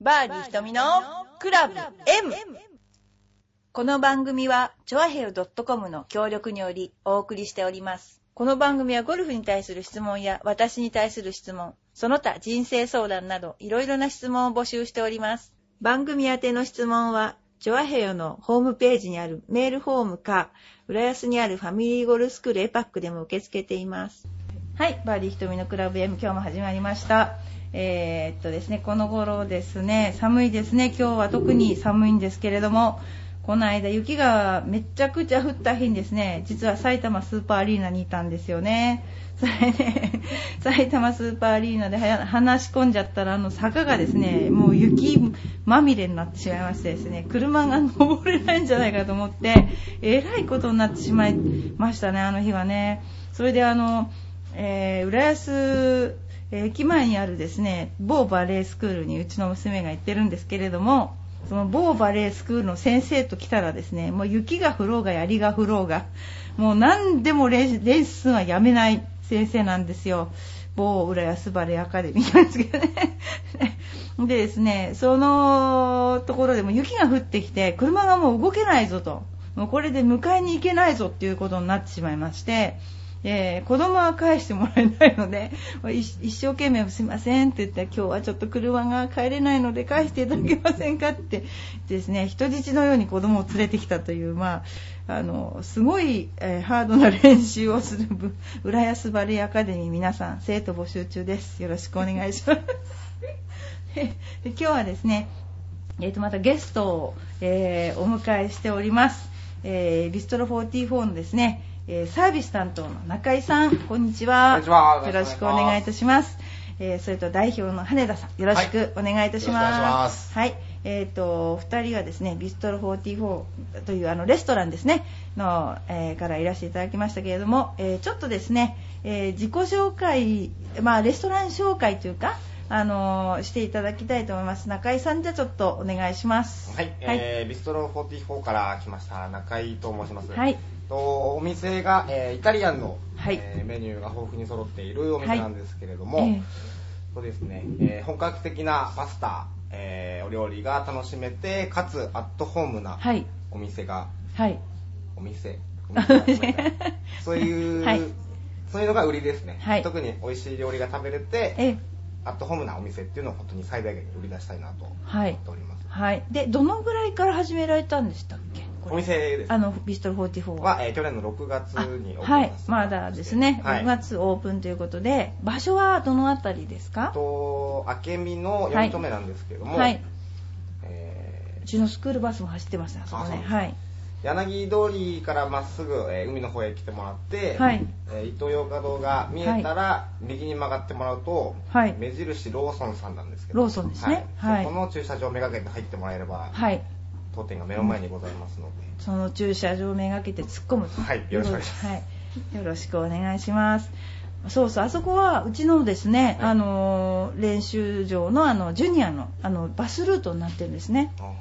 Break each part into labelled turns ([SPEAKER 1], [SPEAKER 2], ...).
[SPEAKER 1] バーディー瞳のクラブ M! この番組は、チョアヘル .com の協力によりお送りしております。この番組はゴルフに対する質問や私に対する質問、その他人生相談などいろいろな質問を募集しております。番組宛ての質問は、チョアヘヨのホームページにあるメールフォームか、浦安にあるファミリーゴルフスクールエパックでも受け付けています。はい、バーディー瞳のクラブ M 今日も始まりました。えーっとですね、この頃ですね、寒いですね、今日は特に寒いんですけれども、この間雪がめちゃくちゃ降った日にですね、実は埼玉スーパーアリーナにいたんですよね。それで、 埼玉スーパーアリーナではや話し込んじゃったら、あの坂がですね、もう雪まみれになってしまいましてですね、車が登れないんじゃないかと思って、えらいことになってしまいましたね、あの日はね。それであの、えー浦安駅前にあるですね某バレエスクールにうちの娘が行ってるんですけれどもその某バレエスクールの先生と来たらですねもう雪が降ろうが槍が降ろうがもう何でもレッレッスンはやめない先生なんですよ某浦安バレエアカデミーなんですけどね でですねそのところでも雪が降ってきて車がもう動けないぞともうこれで迎えに行けないぞっていうことになってしまいましてえー子供は返してもらえないので、 い一生懸命すいませんって言って、今日はちょっと車が帰れないので返していただけませんかって ですね、人質のように子供を連れてきたという、まあ、あの、すごい、えーハードな練習をする部、浦安バレエアカデミー皆さん、生徒募集中です。よろしくお願いします。でで今日はですね、えー、とまたゲストを、えーお迎えしております、えービストロ44のですね、えーサービス担当の中井さんこんにちは
[SPEAKER 2] こんにちは
[SPEAKER 1] よろしくお願いいたしますえーそれと代表の羽田さんよろしくお願いいたします,、
[SPEAKER 2] はいよろしくお願いします
[SPEAKER 1] はい、えっ、と、お二人はですね、ビストロ44というあのレストランですね、の、えーからいらしていただきましたけれども、えーちょっとですね、えー自己紹介、まあ、レストラン紹介というか、あのーしていただきたいと思います。中井さん、じゃあちょっとお願いします。
[SPEAKER 2] はい、えービストロ44から来ました中井と申します。
[SPEAKER 1] はい
[SPEAKER 2] とお店が、えーイタリアンの、
[SPEAKER 1] はい
[SPEAKER 2] えーメニューが豊富に揃っているお店なんですけれども、
[SPEAKER 1] はいええ
[SPEAKER 2] そうですね、えー本格的なパスタ、えーお料理が楽しめて、かつアットホームな
[SPEAKER 1] はい
[SPEAKER 2] お店が、
[SPEAKER 1] はい。
[SPEAKER 2] お 店、お
[SPEAKER 1] あ
[SPEAKER 2] 店ごめんなさいそういう、
[SPEAKER 1] はい
[SPEAKER 2] そういうのが売りですね、
[SPEAKER 1] はい
[SPEAKER 2] 特に美味しい料理が食べれて、
[SPEAKER 1] えー
[SPEAKER 2] アットホームなお店っていうのを本当に最大限に売り出したいなと思
[SPEAKER 1] はい
[SPEAKER 2] っております。
[SPEAKER 1] はい。で、どのぐらいから始められたんでしたっけこれ
[SPEAKER 2] お店です
[SPEAKER 1] あの、ビストロ44は。
[SPEAKER 2] は、えー去年の6月
[SPEAKER 1] あ
[SPEAKER 2] にオープン
[SPEAKER 1] はい
[SPEAKER 2] させ、て
[SPEAKER 1] まだですね、
[SPEAKER 2] はい
[SPEAKER 1] 6月オープンということで、場所はどのあたりですか
[SPEAKER 2] と明美の4丁目なんですけども、
[SPEAKER 1] はい、
[SPEAKER 2] え
[SPEAKER 1] うちのスクールバスも走ってましたね、そこ
[SPEAKER 2] あそう
[SPEAKER 1] ね
[SPEAKER 2] で。す
[SPEAKER 1] はい、
[SPEAKER 2] ー柳通りからまっすぐ、えー海の方へ来てもらって、
[SPEAKER 1] はい
[SPEAKER 2] えー伊東洋華堂が見えたら、右に曲がってもらうと、
[SPEAKER 1] はい
[SPEAKER 2] 目印ローソンさんなんですけど
[SPEAKER 1] ローソンですね
[SPEAKER 2] はい
[SPEAKER 1] はい
[SPEAKER 2] そこの駐車場をめがけて入ってもらえれば、
[SPEAKER 1] はい、
[SPEAKER 2] 当店が目の前にございますので、
[SPEAKER 1] その駐車場をめがけて突っ込むと。
[SPEAKER 2] はいよろしくお願いします
[SPEAKER 1] はい、よろしくお願いします。そうそう、あそこはうちのですね、
[SPEAKER 2] はい
[SPEAKER 1] あのー練習場のあのジュニアのあのバスルートになってるんですね。
[SPEAKER 2] あ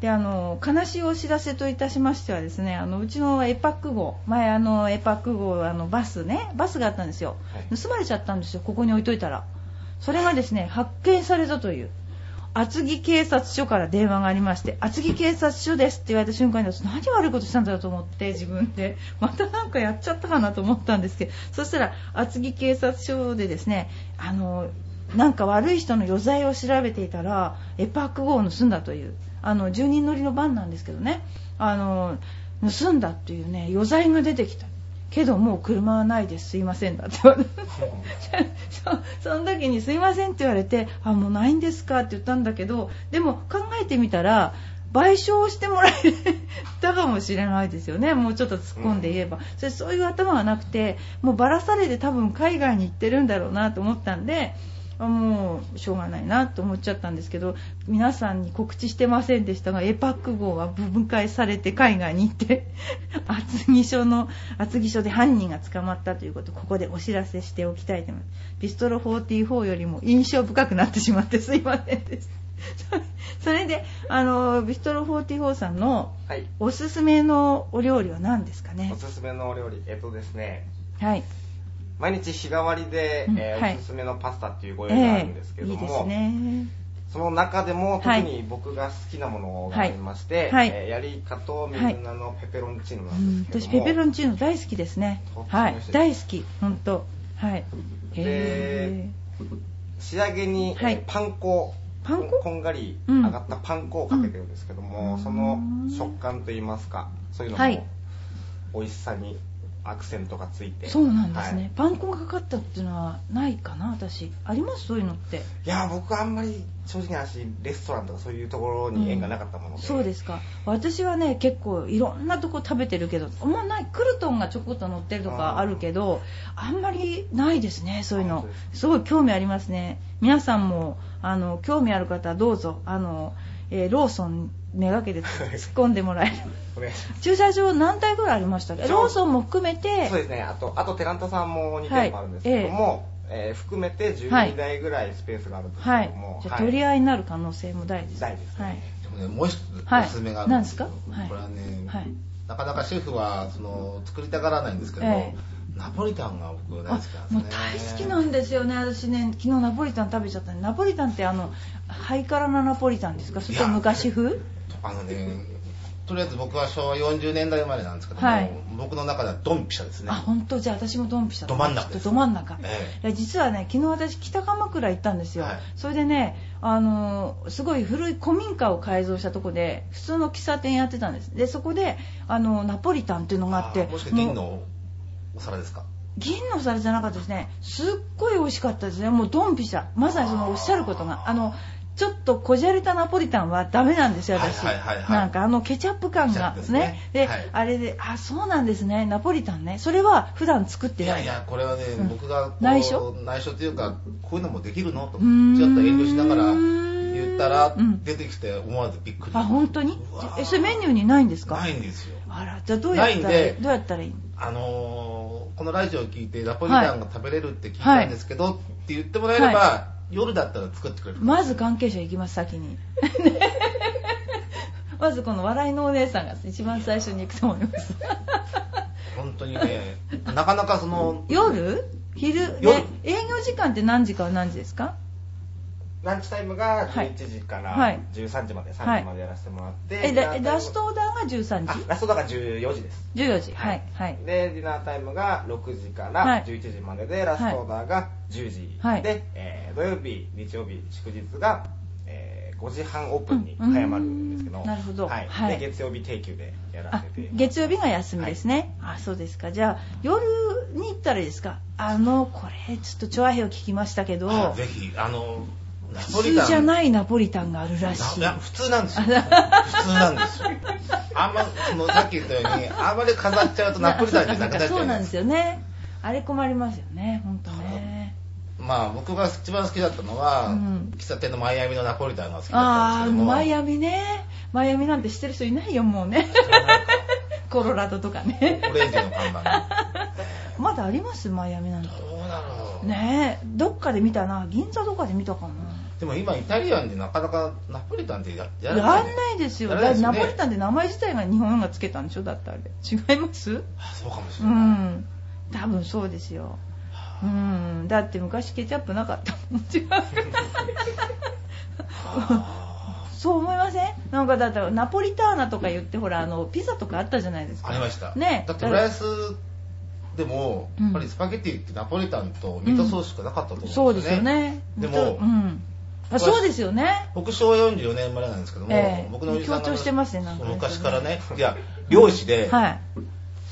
[SPEAKER 1] であの悲しいお知らせといたしましてはですねあのうちのエパック号前あのエパック号あのバスねバスがあったんですよ、
[SPEAKER 2] はい
[SPEAKER 1] 盗まれちゃったんですよここに置いといたらそれがですね発見されたという厚木警察署から電話がありまして厚木警察署ですって言われた瞬間に何悪いことしたんだろうと思って自分でまたなんかやっちゃったかなと思ったんですけどそしたら厚木警察署でですねあのなんか悪い人の余罪を調べていたらエパーク号を盗んだというあの10人乗りのバンなんですけどねあの盗んだっていうね余罪が出てきたけどもう車はないですすいません だって言われてそその時にすいませんって言われてあもうないんですかって言ったんだけどでも考えてみたら賠償してもらえたかもしれないですよねもうちょっと突っ込んで言えば、それそういう頭はなくてもうばらされて多分海外に行ってるんだろうなと思ったんであもうしょうがないなと思っちゃったんですけど皆さんに告知してませんでしたがエパック号は分解されて海外に行って 厚木署の厚木署で犯人が捕まったということをここでお知らせしておきたいと思いますビストロ44よりも印象深くなってしまってすいませんでした それであのビストロ44さんの
[SPEAKER 2] はい
[SPEAKER 1] おすすめのお料理は何ですかね
[SPEAKER 2] おすすめのお料理えっとですね
[SPEAKER 1] はい
[SPEAKER 2] 毎日日替わりで、
[SPEAKER 1] うん
[SPEAKER 2] えー
[SPEAKER 1] はい
[SPEAKER 2] おすすめのパスタっていうご用意があ
[SPEAKER 1] え
[SPEAKER 2] るんですけ
[SPEAKER 1] え
[SPEAKER 2] れど
[SPEAKER 1] い
[SPEAKER 2] も、
[SPEAKER 1] いですね
[SPEAKER 2] その中でも特
[SPEAKER 1] はい
[SPEAKER 2] に僕が好きなものがありまして、
[SPEAKER 1] はい
[SPEAKER 2] えーやり方と水菜のペペロンチーノなんですけど
[SPEAKER 1] 私
[SPEAKER 2] も、
[SPEAKER 1] ペペロンチーノ大好きですね
[SPEAKER 2] とっても
[SPEAKER 1] は
[SPEAKER 2] 美
[SPEAKER 1] い
[SPEAKER 2] 味しい
[SPEAKER 1] 大好き本当はい
[SPEAKER 2] で
[SPEAKER 1] へ
[SPEAKER 2] 仕上げに、
[SPEAKER 1] はい
[SPEAKER 2] えーパン粉
[SPEAKER 1] パン粉
[SPEAKER 2] こんがり
[SPEAKER 1] うん
[SPEAKER 2] 揚がったパン粉をかけてるんですけども、
[SPEAKER 1] うん
[SPEAKER 2] その食感といいますかそういうの
[SPEAKER 1] はい
[SPEAKER 2] も美味しさにアクセントがついて、
[SPEAKER 1] えそうなんですね、
[SPEAKER 2] はい
[SPEAKER 1] パン粉がかかったっていうのはないかな私ありますそういうのって
[SPEAKER 2] いや僕あんまり正直な話レストランとかそういうところに縁がなかったもので、
[SPEAKER 1] そうですか私はね結構いろんなとこ食べてるけどあんまないクルトンがちょこっと乗ってるとかあるけどあんまりないですねそういう
[SPEAKER 2] あ
[SPEAKER 1] の
[SPEAKER 2] そうです
[SPEAKER 1] ごい興味ありますね皆さんもあの興味ある方はどうぞあの、えーローソンめがけて突っ込んでもらえる
[SPEAKER 2] お願いします
[SPEAKER 1] 駐車場何台ぐらいありましたっけ
[SPEAKER 2] そう
[SPEAKER 1] ローソンも含めて
[SPEAKER 2] そうですねあとあとテランタさんも2店舗あるんですけども、えー含めて12台ぐらいスペースがあるんですけ
[SPEAKER 1] はい
[SPEAKER 2] ども、
[SPEAKER 1] じゃあ取り合いになる可能性も大です
[SPEAKER 2] 大ですね
[SPEAKER 1] はい
[SPEAKER 3] でもね、もう一つ
[SPEAKER 1] はい
[SPEAKER 3] おすすめがあるんですけど、
[SPEAKER 1] 何ですかはい
[SPEAKER 3] これはね、
[SPEAKER 1] はい
[SPEAKER 3] なかなかシェフはその作りたがらないんですけど、
[SPEAKER 1] え
[SPEAKER 3] ナポリタンが僕大
[SPEAKER 1] あ
[SPEAKER 3] 好きなんです
[SPEAKER 1] も
[SPEAKER 3] ね
[SPEAKER 1] う。大好きなんですよね、私ね、昨日ナポリタン食べちゃったね、ナポリタンってあのハイカラなナポリタンですか、それとも昔風
[SPEAKER 3] あのね、とりあえず僕は昭和40年代生まれなんですけども、
[SPEAKER 1] はい
[SPEAKER 3] 僕の中ではドンピシャですね
[SPEAKER 1] あ。本当じゃあ私もドンピシャだ
[SPEAKER 3] ど真ん中です
[SPEAKER 1] きっとど真ん中、
[SPEAKER 3] え
[SPEAKER 1] いや実はね昨日私北鎌倉行ったんですよ、
[SPEAKER 3] はい
[SPEAKER 1] それでねあのーすごい古い古民家を改造したとこで普通の喫茶店やってたんですでそこであのナポリタンっていうのがあって
[SPEAKER 3] もしかして銀
[SPEAKER 1] もう
[SPEAKER 3] のお皿ですか
[SPEAKER 1] 銀の皿じゃなかったですねすっごい美味しかったですねもうドンピシャまさにそのおっしゃることがあのちょっとこじゃれたナポリタンはダメなんですよ私、
[SPEAKER 3] はいはいはいはい
[SPEAKER 1] なんかあのケチャップ感
[SPEAKER 3] ケチャッ
[SPEAKER 1] が
[SPEAKER 3] プです
[SPEAKER 1] ね
[SPEAKER 3] ね
[SPEAKER 1] で、
[SPEAKER 3] はい
[SPEAKER 1] あれであそうなんですねナポリタンねそれは普段作っ
[SPEAKER 3] い
[SPEAKER 1] てな
[SPEAKER 3] や
[SPEAKER 1] い
[SPEAKER 3] いや、これはね、
[SPEAKER 1] ん
[SPEAKER 3] 僕がこう
[SPEAKER 1] 内緒
[SPEAKER 3] 内緒というか、こういうのもできるのと、
[SPEAKER 1] うーん
[SPEAKER 3] ちょっと遠慮しながら言ったら
[SPEAKER 1] うん、
[SPEAKER 3] 出てきて思わずびっくり。
[SPEAKER 1] あ本当に
[SPEAKER 3] うわー
[SPEAKER 1] えそれメニューにないんですか
[SPEAKER 3] ないんですよ。
[SPEAKER 1] あらじゃあどうやった
[SPEAKER 3] な
[SPEAKER 1] ら
[SPEAKER 3] いん
[SPEAKER 1] い
[SPEAKER 3] で
[SPEAKER 1] いどうやったらいい
[SPEAKER 3] あのーこのラジオを聞いてナポリタンが食べれるって聞いたんですけど、って言ってもらえれば、
[SPEAKER 1] は
[SPEAKER 3] 夜だったら作ってくれる。
[SPEAKER 1] まず関係者行きます先 にねまずこの笑いのお姉さんが一番最初に行くと思います
[SPEAKER 3] 本当にね、なかなかその、
[SPEAKER 1] 夜昼
[SPEAKER 3] 夜
[SPEAKER 1] ね営業時間って何時から何時ですか
[SPEAKER 2] ランチタイムが
[SPEAKER 1] はい
[SPEAKER 2] 11時か
[SPEAKER 1] はい
[SPEAKER 2] ら13時まで、
[SPEAKER 1] はい
[SPEAKER 2] 3時までやらせてもらって、
[SPEAKER 1] え
[SPEAKER 2] ディ
[SPEAKER 1] だ
[SPEAKER 2] ナータイ
[SPEAKER 1] え
[SPEAKER 2] ム
[SPEAKER 1] ラストオーダーが13
[SPEAKER 2] あ
[SPEAKER 1] 時
[SPEAKER 2] ラストだから14時です
[SPEAKER 1] 14時はいはい
[SPEAKER 2] でディナータイムが6時か
[SPEAKER 1] はい
[SPEAKER 2] ら11時までで、ラストオーダーが10時で、
[SPEAKER 1] はい
[SPEAKER 2] えー土曜日日曜日祝日が、えー5時半オープンに早まるんですけど、
[SPEAKER 1] うんなるほど
[SPEAKER 2] はい
[SPEAKER 1] はい
[SPEAKER 2] で月曜日定休でやら
[SPEAKER 1] あ
[SPEAKER 2] せて
[SPEAKER 1] 月曜日が休みですね、あそうですかじゃあ夜に行ったらいいですかあのこれちょっとチョアヘを聞きましたけど
[SPEAKER 3] あぜひ、あの、ナポ
[SPEAKER 1] 普
[SPEAKER 3] リタン。
[SPEAKER 1] 通じゃないナポリタンがあるらしい
[SPEAKER 3] いや普通なんですよ。普通なんですよ。あんま、その、さっき言ったように、あんまり飾っちゃうとナポリタンじゃなくなっちゃ
[SPEAKER 1] そううなん
[SPEAKER 3] で
[SPEAKER 1] ですすよねあれ困りますよね本当ね
[SPEAKER 3] まあ、僕が一番好きだったのは、
[SPEAKER 1] うん
[SPEAKER 3] 喫茶店のマイアミのナポリタンが好きだった
[SPEAKER 1] あ
[SPEAKER 3] んです
[SPEAKER 1] あ
[SPEAKER 3] けども。
[SPEAKER 1] マイアミねマイアミなんて知ってる人いないよもうねコロラドとかね
[SPEAKER 3] オレンジの看板が。
[SPEAKER 1] まだありますマイアミなんて
[SPEAKER 3] どうだろう。
[SPEAKER 1] ねえどっかで見たな銀座とかで見たかな
[SPEAKER 3] でも今イタリアンでなかなかナポリタンってや
[SPEAKER 1] や
[SPEAKER 3] やらない
[SPEAKER 1] んないですよ
[SPEAKER 3] やら
[SPEAKER 1] だ
[SPEAKER 3] ない
[SPEAKER 1] って
[SPEAKER 3] ですよ
[SPEAKER 1] ナ
[SPEAKER 3] ね
[SPEAKER 1] ポリタンって名前自体が日本がつけたんでしょだってあれ違います
[SPEAKER 3] あそうかもし
[SPEAKER 1] う
[SPEAKER 3] れない、
[SPEAKER 1] ん多分そうですようんだって昔ケチャップなかったもん違う
[SPEAKER 3] あ
[SPEAKER 1] そう思いませんなんかだったらナポリターナとか言ってほらあのピザとかあったじゃないです
[SPEAKER 3] ー
[SPEAKER 1] か
[SPEAKER 3] ありました
[SPEAKER 1] ね
[SPEAKER 3] だってフランスでも
[SPEAKER 1] うん
[SPEAKER 3] やっぱりスパゲティってナポリタンとミートソースしかなかったと
[SPEAKER 1] そ
[SPEAKER 3] 思う
[SPEAKER 1] うんで
[SPEAKER 3] ですすよ
[SPEAKER 1] よ
[SPEAKER 3] ね,、
[SPEAKER 1] ね
[SPEAKER 3] でも
[SPEAKER 1] うんあそうですよね
[SPEAKER 3] 僕昭和44年生まれなんですけども、
[SPEAKER 1] ええ
[SPEAKER 3] 僕のおじさんが
[SPEAKER 1] 強調してますねなんかね
[SPEAKER 3] 昔からねいや漁師で、
[SPEAKER 1] は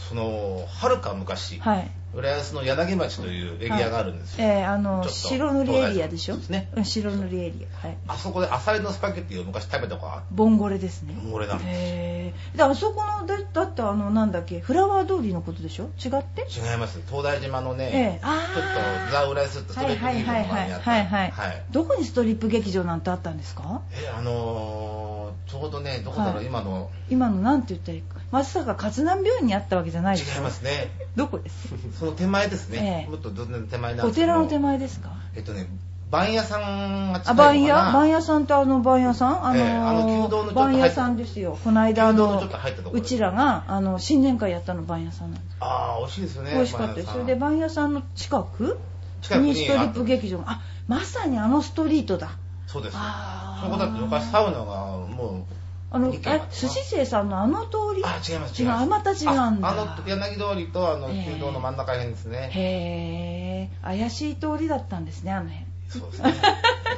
[SPEAKER 3] そのはるか
[SPEAKER 1] い
[SPEAKER 3] 昔、
[SPEAKER 1] はい
[SPEAKER 3] 浦安の柳町というエリアがあるんですよ、
[SPEAKER 1] えーあの
[SPEAKER 3] ちょっと
[SPEAKER 1] 白塗りエリアでしょ
[SPEAKER 3] そうですね
[SPEAKER 1] うん白塗りエリアはい
[SPEAKER 3] あそこでアサリのスパゲティを昔食べたことがあっ
[SPEAKER 1] ボンゴレですね
[SPEAKER 3] ボンゴレなんです
[SPEAKER 1] へえであそこのだだってあのなんだっけフラワー通りのことでしょ違って
[SPEAKER 3] 違います東大島のね、
[SPEAKER 1] ええあー
[SPEAKER 3] ちょっとザ・ウライスってスト
[SPEAKER 1] は
[SPEAKER 3] レ
[SPEAKER 1] い
[SPEAKER 3] ート
[SPEAKER 1] は
[SPEAKER 3] ビ
[SPEAKER 1] い
[SPEAKER 3] ー
[SPEAKER 1] はいはい
[SPEAKER 3] ルの前にあった
[SPEAKER 1] はいはい、
[SPEAKER 3] はい
[SPEAKER 1] どこにストリップ劇場なんてあったんですか
[SPEAKER 3] えあのー、ちょうどねどこだろう、
[SPEAKER 1] はい
[SPEAKER 3] 今の
[SPEAKER 1] 今のなんて言ったらいいかまさか勝南病院にあったわけじゃないです
[SPEAKER 3] 違いますね
[SPEAKER 1] どこです
[SPEAKER 3] その手前ですね、
[SPEAKER 1] ええ
[SPEAKER 3] もっと全然手前なん
[SPEAKER 1] お
[SPEAKER 3] ですけど
[SPEAKER 1] 寺の手前ですか
[SPEAKER 3] えっとね番屋さんが
[SPEAKER 1] あ、
[SPEAKER 3] 近いのかな
[SPEAKER 1] 番屋番屋さんってあの番屋さんあのー
[SPEAKER 3] ええあの旧道のちょっと入っ
[SPEAKER 1] 番屋さんですよ。この間あ
[SPEAKER 3] 旧道の
[SPEAKER 1] の
[SPEAKER 3] ちょっと入ったとこ、ろ
[SPEAKER 1] うちらが、あの、新年会やったの番屋さんなんです。
[SPEAKER 3] ああ美味しいですよね
[SPEAKER 1] 美味しかったです。それで番屋さんの近く
[SPEAKER 3] 近くに
[SPEAKER 1] にストリップ劇場が、あ、まさにあのストリートだ。
[SPEAKER 3] そうです
[SPEAKER 1] あ
[SPEAKER 3] そこだって昔サウナがもう、
[SPEAKER 1] あの、
[SPEAKER 3] 意見があ
[SPEAKER 1] え
[SPEAKER 3] りま、す
[SPEAKER 1] 寿司生さんのあの通り
[SPEAKER 3] あ、違います、
[SPEAKER 1] 違う
[SPEAKER 3] ます
[SPEAKER 1] また違うんだ
[SPEAKER 3] ああの、柳通りとあの、
[SPEAKER 1] ええ
[SPEAKER 3] 旧道の真ん中辺ですね。
[SPEAKER 1] へえ、怪しい通りだったんですね、あの辺。
[SPEAKER 3] そうですね。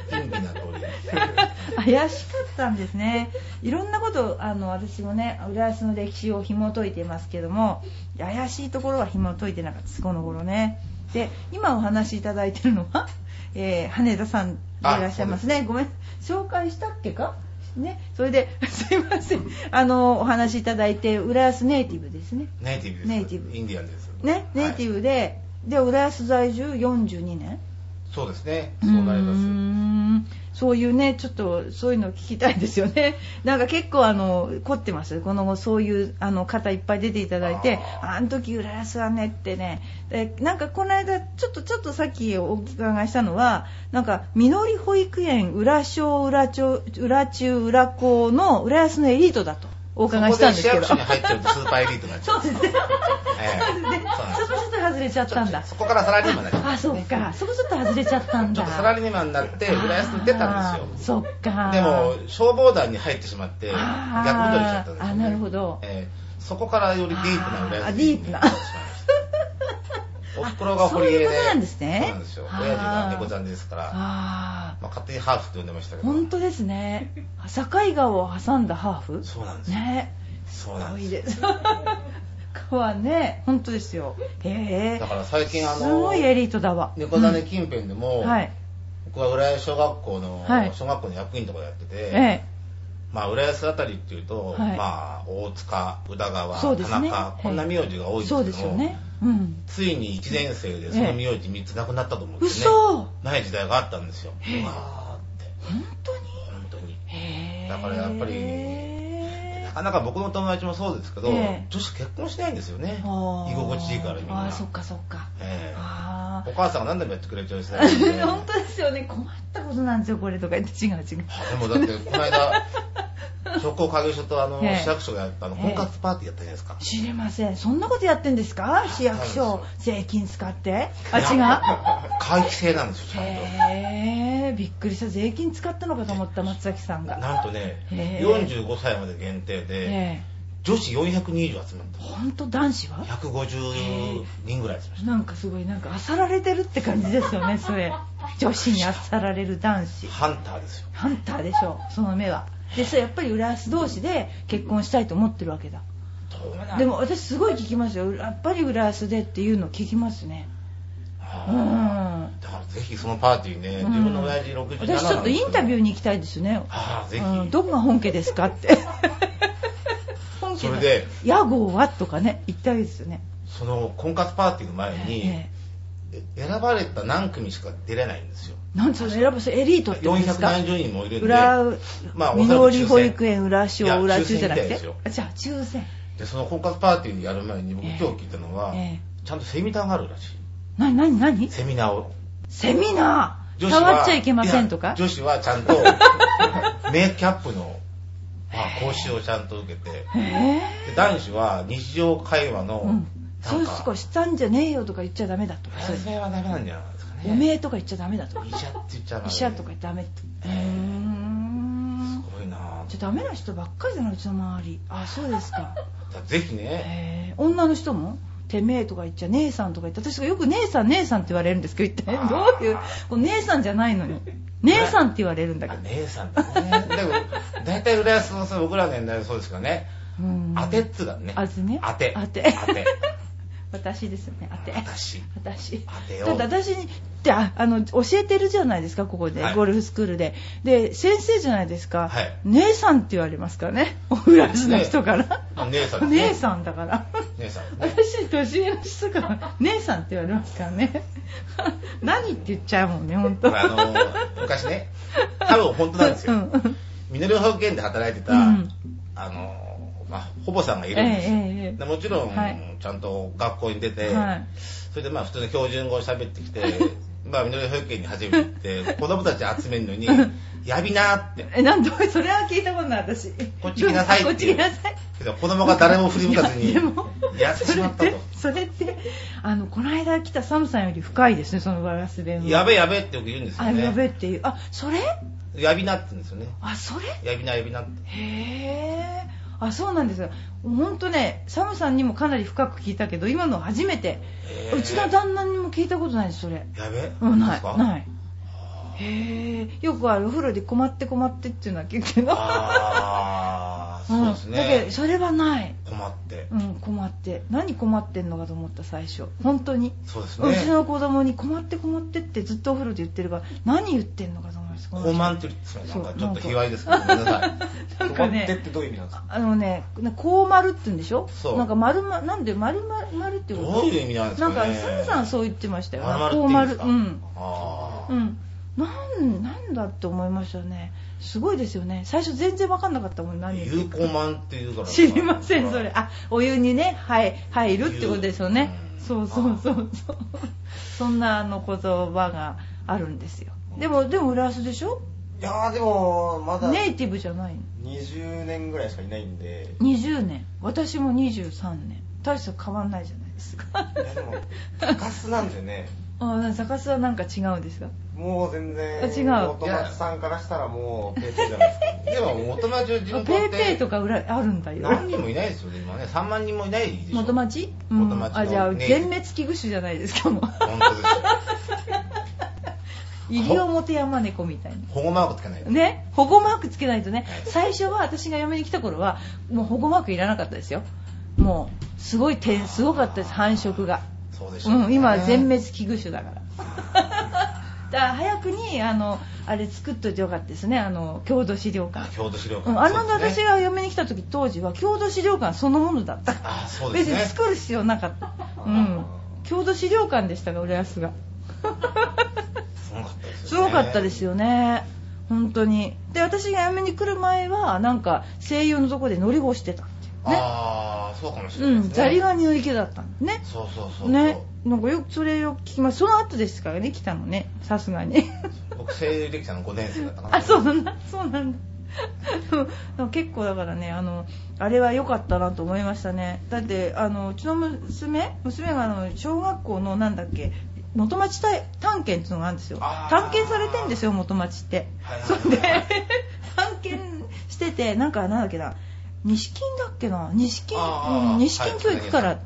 [SPEAKER 3] 陰微な通り。
[SPEAKER 1] 怪しかったんですね。いろんなこと、あの、私もね、浦安の歴史を紐解いてますけども、怪しいところは紐解いてなかったです、この頃ね。で、今お話しいただいてるのは、えー羽田さんでいらっしゃいますね。ごめん、紹介したっけかね、それで、 すいません。あの、お話しいただいて、浦安ネイティブですね。
[SPEAKER 3] ネイティブです。
[SPEAKER 1] ネイティブ
[SPEAKER 3] インディアンです。
[SPEAKER 1] ね、ネイテ
[SPEAKER 3] ブ。
[SPEAKER 1] ィブで、で、浦安在住42年。
[SPEAKER 3] そうですね。そうなり
[SPEAKER 1] うー
[SPEAKER 3] ます。
[SPEAKER 1] んそういうね、ちょっとそういうの聞きたいですよね。 なんか結構あの凝ってます。この後そういうあの方いっぱい出ていただいて、
[SPEAKER 3] あ
[SPEAKER 1] あの時浦安はねってね。でなんかこの間ちょっとちょっとさっきお伺いしたのは、なんかみのり保育園浦小浦町浦中浦高の浦安のエリートだとお伺いしたんですけど。
[SPEAKER 3] そこで市役所に入っちゃうとスーパーエリートになっちゃう。
[SPEAKER 1] そうですね。
[SPEAKER 3] え
[SPEAKER 1] そうですね。そこちょっと外れちゃったんだ
[SPEAKER 3] え。そこからサラリーマンになっちゃ
[SPEAKER 1] あ、そうか。そこちょっと外れちゃったん
[SPEAKER 3] う。ちょ
[SPEAKER 1] だ
[SPEAKER 3] っ。とサラリーマンになって、浦安に出たんですよ。
[SPEAKER 1] あーそっか。
[SPEAKER 3] でも、消防団に入ってしまって、逆
[SPEAKER 1] あー
[SPEAKER 3] 戻りしちゃったんですよ、ね。
[SPEAKER 1] あなるほど
[SPEAKER 3] えーそこからよりディープな浦
[SPEAKER 1] あー
[SPEAKER 3] 安
[SPEAKER 1] ディープな
[SPEAKER 3] になってしまいました。おふくろが堀江で。
[SPEAKER 1] あそういうことなんですね
[SPEAKER 3] そうなんですよ。親父が猫ちゃんですから、
[SPEAKER 1] あ
[SPEAKER 3] まあ、勝手にハーフって呼んでました
[SPEAKER 1] あ、
[SPEAKER 3] けど。
[SPEAKER 1] 本当ですね。境川を挟んだハーフ
[SPEAKER 3] そうなんですよ。
[SPEAKER 1] ね。
[SPEAKER 3] そうなん
[SPEAKER 1] い
[SPEAKER 3] で
[SPEAKER 1] い
[SPEAKER 3] すよ。
[SPEAKER 1] です。川ね、本当ですよ。へえ
[SPEAKER 3] だ。から最近あ
[SPEAKER 1] すごいエ
[SPEAKER 3] の、
[SPEAKER 1] リートだわ。
[SPEAKER 3] 猫種近辺でも、
[SPEAKER 1] はい。
[SPEAKER 3] 僕は浦安小学校の、
[SPEAKER 1] はい
[SPEAKER 3] 小学校の役員とかやってて、
[SPEAKER 1] ええ。
[SPEAKER 3] まあ、浦安あたりっていうと、
[SPEAKER 1] はい
[SPEAKER 3] まあ、大塚、宇田川、
[SPEAKER 1] そうで
[SPEAKER 3] 田
[SPEAKER 1] すね
[SPEAKER 3] 中、こんな名字が多いですけ
[SPEAKER 1] そ
[SPEAKER 3] ど、
[SPEAKER 1] うですよね。うん。
[SPEAKER 3] ついに1年生でその名字3つなくなったと思うんですね。
[SPEAKER 1] 嘘
[SPEAKER 3] ない時代があったんですよ。
[SPEAKER 1] ええ
[SPEAKER 3] うわーって、
[SPEAKER 1] 本当に
[SPEAKER 3] 本当に。
[SPEAKER 1] へえ。
[SPEAKER 3] だからやっぱりなかなか僕の友達もそうですけど、
[SPEAKER 1] ええ
[SPEAKER 3] 女子結婚しないんですよね。居
[SPEAKER 1] あー
[SPEAKER 3] 心地いいからみんな。
[SPEAKER 1] あーそっかそっか。
[SPEAKER 3] ええ
[SPEAKER 1] あ
[SPEAKER 3] お母さんが何でもやってくれちゃうしね。
[SPEAKER 1] あ。 本当ですよね。困ったことなんですよ、これとか言って。違う違う。
[SPEAKER 3] でもだって、こ の間、職工会議所とあの、
[SPEAKER 1] ええ
[SPEAKER 3] 市役所がやったあの、
[SPEAKER 1] ええ
[SPEAKER 3] 婚活パーティーやったじゃないですか。
[SPEAKER 1] 知りません。そんなことやってんですか市役
[SPEAKER 3] そう
[SPEAKER 1] 所
[SPEAKER 3] で、
[SPEAKER 1] 税金使って。あ、
[SPEAKER 3] 会期制なんですよ、ち
[SPEAKER 1] 違 う。
[SPEAKER 3] ゃんと。
[SPEAKER 1] へえ、びっくりした。税金使ったのかと思った、松崎さんが。
[SPEAKER 3] なんとね、
[SPEAKER 1] へえ
[SPEAKER 3] 45歳まで限定で、
[SPEAKER 1] え
[SPEAKER 3] 女子400人以上集まっ
[SPEAKER 1] え。ほんと男子は
[SPEAKER 3] た。150人ぐらい集まりまし
[SPEAKER 1] なんかすごい、なんか、あさられてるって感じですよ ね、それ。女子にあさられる男子
[SPEAKER 3] た。。ハンターですよ。
[SPEAKER 1] ハンターでしょう、その目は。で、それやっぱり浦安同士で結婚したいと思ってるわけだ。
[SPEAKER 3] どうなん
[SPEAKER 1] でも私すごい聞きますよ。やっぱり浦安でっていうの聞きますね。う
[SPEAKER 3] あ
[SPEAKER 1] ん。
[SPEAKER 3] ーだからぜひそのパーティーね、
[SPEAKER 1] うん
[SPEAKER 3] 自分の親父67
[SPEAKER 1] 私ちょっとインタビュー
[SPEAKER 3] に。
[SPEAKER 1] に行きたいですね。
[SPEAKER 3] ああ、ぜ
[SPEAKER 1] うん、
[SPEAKER 3] ひ。
[SPEAKER 1] どこが本家ですかって。 本
[SPEAKER 3] そ
[SPEAKER 1] だ
[SPEAKER 3] れで、
[SPEAKER 1] 屋号はとかね、言ったわけですよね。
[SPEAKER 3] その婚活パーティーの前に、
[SPEAKER 1] え
[SPEAKER 3] 選ばれた何組しか出れないんですよ。
[SPEAKER 1] えなんそれ選ばせエリートって言うんですか
[SPEAKER 3] 470人もいるんで、
[SPEAKER 1] 裏、
[SPEAKER 3] まあ
[SPEAKER 1] みのり保育園、
[SPEAKER 3] おそ
[SPEAKER 1] 裏
[SPEAKER 3] らく抽選
[SPEAKER 1] 小、裏
[SPEAKER 3] いや
[SPEAKER 1] 中じゃなく
[SPEAKER 3] 抽選みたいで
[SPEAKER 1] て
[SPEAKER 3] すよ。
[SPEAKER 1] あじゃあ、抽選。
[SPEAKER 3] で、その婚活パーティーやる前に僕
[SPEAKER 1] え
[SPEAKER 3] 今
[SPEAKER 1] え
[SPEAKER 3] 日聞いたのは、
[SPEAKER 1] え
[SPEAKER 3] ちゃんとセミナーがあるらし
[SPEAKER 1] え。な、なになに
[SPEAKER 3] い。セミナーを。
[SPEAKER 1] セミナー
[SPEAKER 3] 女子は
[SPEAKER 1] 触っちゃいけませんと
[SPEAKER 3] いや
[SPEAKER 1] か
[SPEAKER 3] 女子はち ゃんと、メイクアップの、まあ、講習をちゃんと受けて、
[SPEAKER 1] へえ
[SPEAKER 3] で男子は日常会話の、
[SPEAKER 1] うん。
[SPEAKER 3] な
[SPEAKER 1] そ
[SPEAKER 3] ん
[SPEAKER 1] う
[SPEAKER 3] か
[SPEAKER 1] しかしたんじゃねえよとか言っちゃダメだとか。そう
[SPEAKER 3] 男性はダメなんじゃないですかね。
[SPEAKER 1] おめえとか言っちゃダメだとか。
[SPEAKER 3] 医者って言っちゃう
[SPEAKER 1] 医者とかダメって。うーん。
[SPEAKER 3] すごいなぁ
[SPEAKER 1] じゃあダメな人ばっかりじゃないうちの周りあそうです か
[SPEAKER 3] だからぜひね、
[SPEAKER 1] へえ女の人もてめえとか言っちゃ姉さんとか言って私がよく姉さん姉さんって言われるんですけど一体
[SPEAKER 3] あー
[SPEAKER 1] どういうこう姉さんじゃないのに姉さんって言われるんだけ
[SPEAKER 3] あ
[SPEAKER 1] ど、
[SPEAKER 3] 姉さんだね。 でも、大体浦安のさ僕らの年代はそうですかね。
[SPEAKER 1] うん
[SPEAKER 3] 当てっつうからね。
[SPEAKER 1] あてね
[SPEAKER 3] 当て。
[SPEAKER 1] 当て
[SPEAKER 3] 当て。
[SPEAKER 1] 私ですよね当て
[SPEAKER 3] 私
[SPEAKER 1] 私
[SPEAKER 3] 当てよう
[SPEAKER 1] ただ私にってああの教えてるじゃないですかここで、
[SPEAKER 3] はい
[SPEAKER 1] ゴルフスクールでで先生じゃないですか、
[SPEAKER 3] はい
[SPEAKER 1] 姉さんって言われますからねお浦安の人から、
[SPEAKER 3] あ姉さんですね
[SPEAKER 1] 姉さんだから
[SPEAKER 3] 姉さんね。
[SPEAKER 1] 私年上の人から姉さんって言われますからね何って言っちゃうもんね本当
[SPEAKER 3] これあの、昔ね、多分本当なんです
[SPEAKER 1] う
[SPEAKER 3] よ。
[SPEAKER 1] んうん
[SPEAKER 3] ミネル保育園で働いてた、
[SPEAKER 1] うん
[SPEAKER 3] あの、まあ、ほぼさんがいるんですよ
[SPEAKER 1] ええええええ
[SPEAKER 3] でもちろん、
[SPEAKER 1] はい
[SPEAKER 3] ちゃんと学校に出て、
[SPEAKER 1] はい
[SPEAKER 3] それでまあ普通の標準語を喋ってき て、まあ、みのり保育園に初めて行って、子供たち集めるのに、やびなーって。
[SPEAKER 1] えなんでそれは聞いたことない私
[SPEAKER 3] こっち来なさいってい
[SPEAKER 1] こっち
[SPEAKER 3] う
[SPEAKER 1] 来なさい
[SPEAKER 3] けど子供が誰も振り向かずに
[SPEAKER 1] いやでも、
[SPEAKER 3] やってしまったと。
[SPEAKER 1] それってそれってあのこの間来たサムさんより深いですねそのガラス弁は
[SPEAKER 3] やべやべってよく言うんですよ
[SPEAKER 1] あ
[SPEAKER 3] ね。
[SPEAKER 1] やべっていうあそれ
[SPEAKER 3] やびなって言うんですよね。
[SPEAKER 1] あ、それ
[SPEAKER 3] やびな、やびなって。
[SPEAKER 1] へえ。あ、そうなんです。ほんとね、サムさんにもかなり深く聞いたけど、今の初めて。
[SPEAKER 3] えー
[SPEAKER 1] うちの旦那にも聞いたことないです、それ。
[SPEAKER 3] やべ
[SPEAKER 1] うん、
[SPEAKER 3] で
[SPEAKER 1] な
[SPEAKER 3] すか
[SPEAKER 1] い。ない。へえ。よくある、お風呂で困って困ってっていうのは聞くけど。
[SPEAKER 3] ああ、そうです
[SPEAKER 1] ん、だけ
[SPEAKER 3] ね
[SPEAKER 1] ど、。それはない。
[SPEAKER 3] 困って。
[SPEAKER 1] うん、困って。何困ってんのかと思った、最初。本当に。
[SPEAKER 3] そうです
[SPEAKER 1] うち
[SPEAKER 3] ね。
[SPEAKER 1] の子供に困って困ってってずっとお風呂で言ってるから、何言ってんのかと思います。この
[SPEAKER 3] 高
[SPEAKER 1] 人
[SPEAKER 3] 慢って言ってたなんかちょっと
[SPEAKER 1] そう
[SPEAKER 3] 卑猥ですけど、ごめんなさ い。
[SPEAKER 1] なんか
[SPEAKER 2] 困ってっ
[SPEAKER 1] ね、
[SPEAKER 2] てどういう意味なんですか
[SPEAKER 1] あのね、こう丸って言うんでしょ
[SPEAKER 3] そう
[SPEAKER 1] なんか丸ま、なんで丸ま丸ってこと
[SPEAKER 3] どういう意味なんですかね。
[SPEAKER 1] なんか、サムさんそう言ってましたよ。
[SPEAKER 3] 丸
[SPEAKER 1] こう
[SPEAKER 3] 々っ
[SPEAKER 1] 丸。
[SPEAKER 3] て
[SPEAKER 1] う
[SPEAKER 3] 言うんで
[SPEAKER 1] ん
[SPEAKER 3] すか。。あ
[SPEAKER 1] う
[SPEAKER 3] あ。
[SPEAKER 1] ん。なん、なんだって思いましたね。すごいですよね。最初全然わかんなかったもん、何言って
[SPEAKER 3] 有
[SPEAKER 1] るか
[SPEAKER 3] 効満っていうから。
[SPEAKER 1] 知りません、それ。。あ、お湯にね、はい、入るってことですよね。
[SPEAKER 3] うん
[SPEAKER 1] そうそうそうそう。そんなあの言葉があるんですよ。でも、でも、浦安でしょ
[SPEAKER 2] いやーでも、まだ
[SPEAKER 1] ネイティブじゃないの。
[SPEAKER 2] 20年ぐらいしかいないんで、
[SPEAKER 1] 20年私も23年大した変わんないじゃないですか
[SPEAKER 2] いやでも、ガスなんでね、
[SPEAKER 1] あザカスはなんか違うんですか
[SPEAKER 2] もう全然、
[SPEAKER 1] あ違う
[SPEAKER 2] お友達さんからしたらもう、ペーペーじゃないですか、ね。
[SPEAKER 3] でも、元町の人
[SPEAKER 1] あ
[SPEAKER 3] 口っ
[SPEAKER 1] ペイ
[SPEAKER 3] て。
[SPEAKER 1] ペイとか裏あるんだよ
[SPEAKER 3] 何人もいないですよね、今ね。3万人もいないでしょ。
[SPEAKER 1] 元町
[SPEAKER 3] 元町の
[SPEAKER 1] あじゃあ
[SPEAKER 3] ね
[SPEAKER 1] 全滅危惧種じゃないですかもう
[SPEAKER 3] 本当ですよ。
[SPEAKER 1] 西表山猫みたいな
[SPEAKER 3] 保護マークつけないと。
[SPEAKER 1] ね保護マークつけないとね
[SPEAKER 3] はい
[SPEAKER 1] 最初は私が嫁に来た頃はもう保護マークいらなかったですよもうすごい点すごかったです繁殖が
[SPEAKER 3] そうでしょね
[SPEAKER 1] うん、今は全滅危惧種だから。 だから早くに、あの、あれ作っといてよかったですね、あの、郷土資料
[SPEAKER 3] あ
[SPEAKER 1] 館。
[SPEAKER 3] 郷土資料
[SPEAKER 1] う
[SPEAKER 3] 館。
[SPEAKER 1] ん、あの、
[SPEAKER 3] そうで
[SPEAKER 1] 私
[SPEAKER 3] すね
[SPEAKER 1] が嫁に来た時当時は郷土資料館そのものだった。
[SPEAKER 3] あそうですね
[SPEAKER 1] 別に作る必要なかった。 うん。郷土資料館でしたが、浦安が。
[SPEAKER 3] すごかったです
[SPEAKER 1] す
[SPEAKER 3] よね。
[SPEAKER 1] ごかったですよね。本当に。で、私が嫁に来る前は、なんか、声優のとこで乗り干してたっていうね。
[SPEAKER 3] ああ、そうかもしれ
[SPEAKER 1] う
[SPEAKER 3] ないです
[SPEAKER 1] ん、
[SPEAKER 3] ね。
[SPEAKER 1] ザリガニの池だったんだね。
[SPEAKER 3] そうそうそうそう。
[SPEAKER 1] ね、なんかよくそれを聞きます。その後ですからね、来たのね、さすがに。
[SPEAKER 3] 僕、声優できたの5年生だったかな。
[SPEAKER 1] あ、そうなんだ、そうなんだ。でも結構だからね、あの、あれは良かったなと思いましたね。だって、あの、うちの娘、娘があの、小学校のなんだっけ、元町探検っていうのがあるんですよ。
[SPEAKER 3] あー
[SPEAKER 1] 探検されてんですよ、元町って。
[SPEAKER 3] はいはい
[SPEAKER 1] そ
[SPEAKER 3] はい
[SPEAKER 1] んで、探検してて、なんかなんだっけな、西金だっけな、西金、
[SPEAKER 3] あー
[SPEAKER 1] うん西金教育か
[SPEAKER 3] は
[SPEAKER 1] ら
[SPEAKER 3] い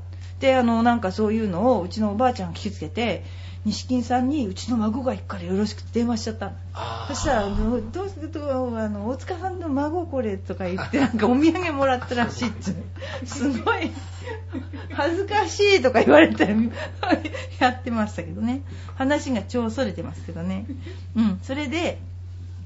[SPEAKER 1] であのなんかそういうのをうちのおばあちゃんが聞きつけて錦金さんにうちの孫が行くからよろしくって電話しちゃったの
[SPEAKER 3] あ
[SPEAKER 1] そ
[SPEAKER 3] ー
[SPEAKER 1] したらどうどうするとあの大塚さんの孫これとか言ってなんかお土産もらったらしいってすごい恥ずかしいとか言われて やってましたけどね話が超それてますけどねうんそれで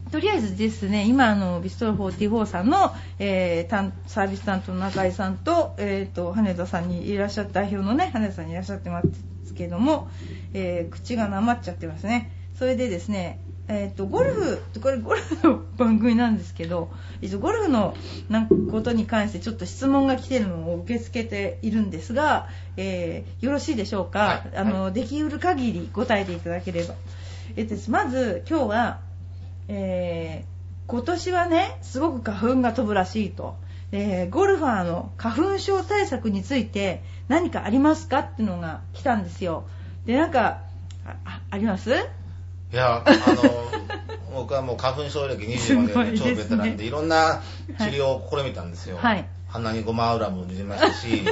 [SPEAKER 1] とりあえずですね、今、あの、ビストロ44さんの、えー担サービス担当の中井さんと、えっ、と、羽田さんにいらっしゃって、代表のね、羽田さんにいらっしゃってますけども、えー口がなまっちゃってますね。それでですね、えっ、と、ゴルフ、これゴルフの番組なんですけど、一応ゴルフのなんかことに関してちょっと質問が来てるのを受け付けているんですが、えーよろしいでしょうか、
[SPEAKER 3] はい
[SPEAKER 1] あの、できうる限り答えていただければ。えっとです、まず今日は、えー今年はね、すごく花粉が飛ぶらしいと。えーゴルファーの花粉症対策について何かありますかっていうのが来たんですよ。で、なんか、あああります
[SPEAKER 3] いや、あの、僕はもう花粉症歴25年の超ベテランで、いろんな治療を試みたんですよ。
[SPEAKER 1] はい
[SPEAKER 3] 鼻にごま油も塗りましたし、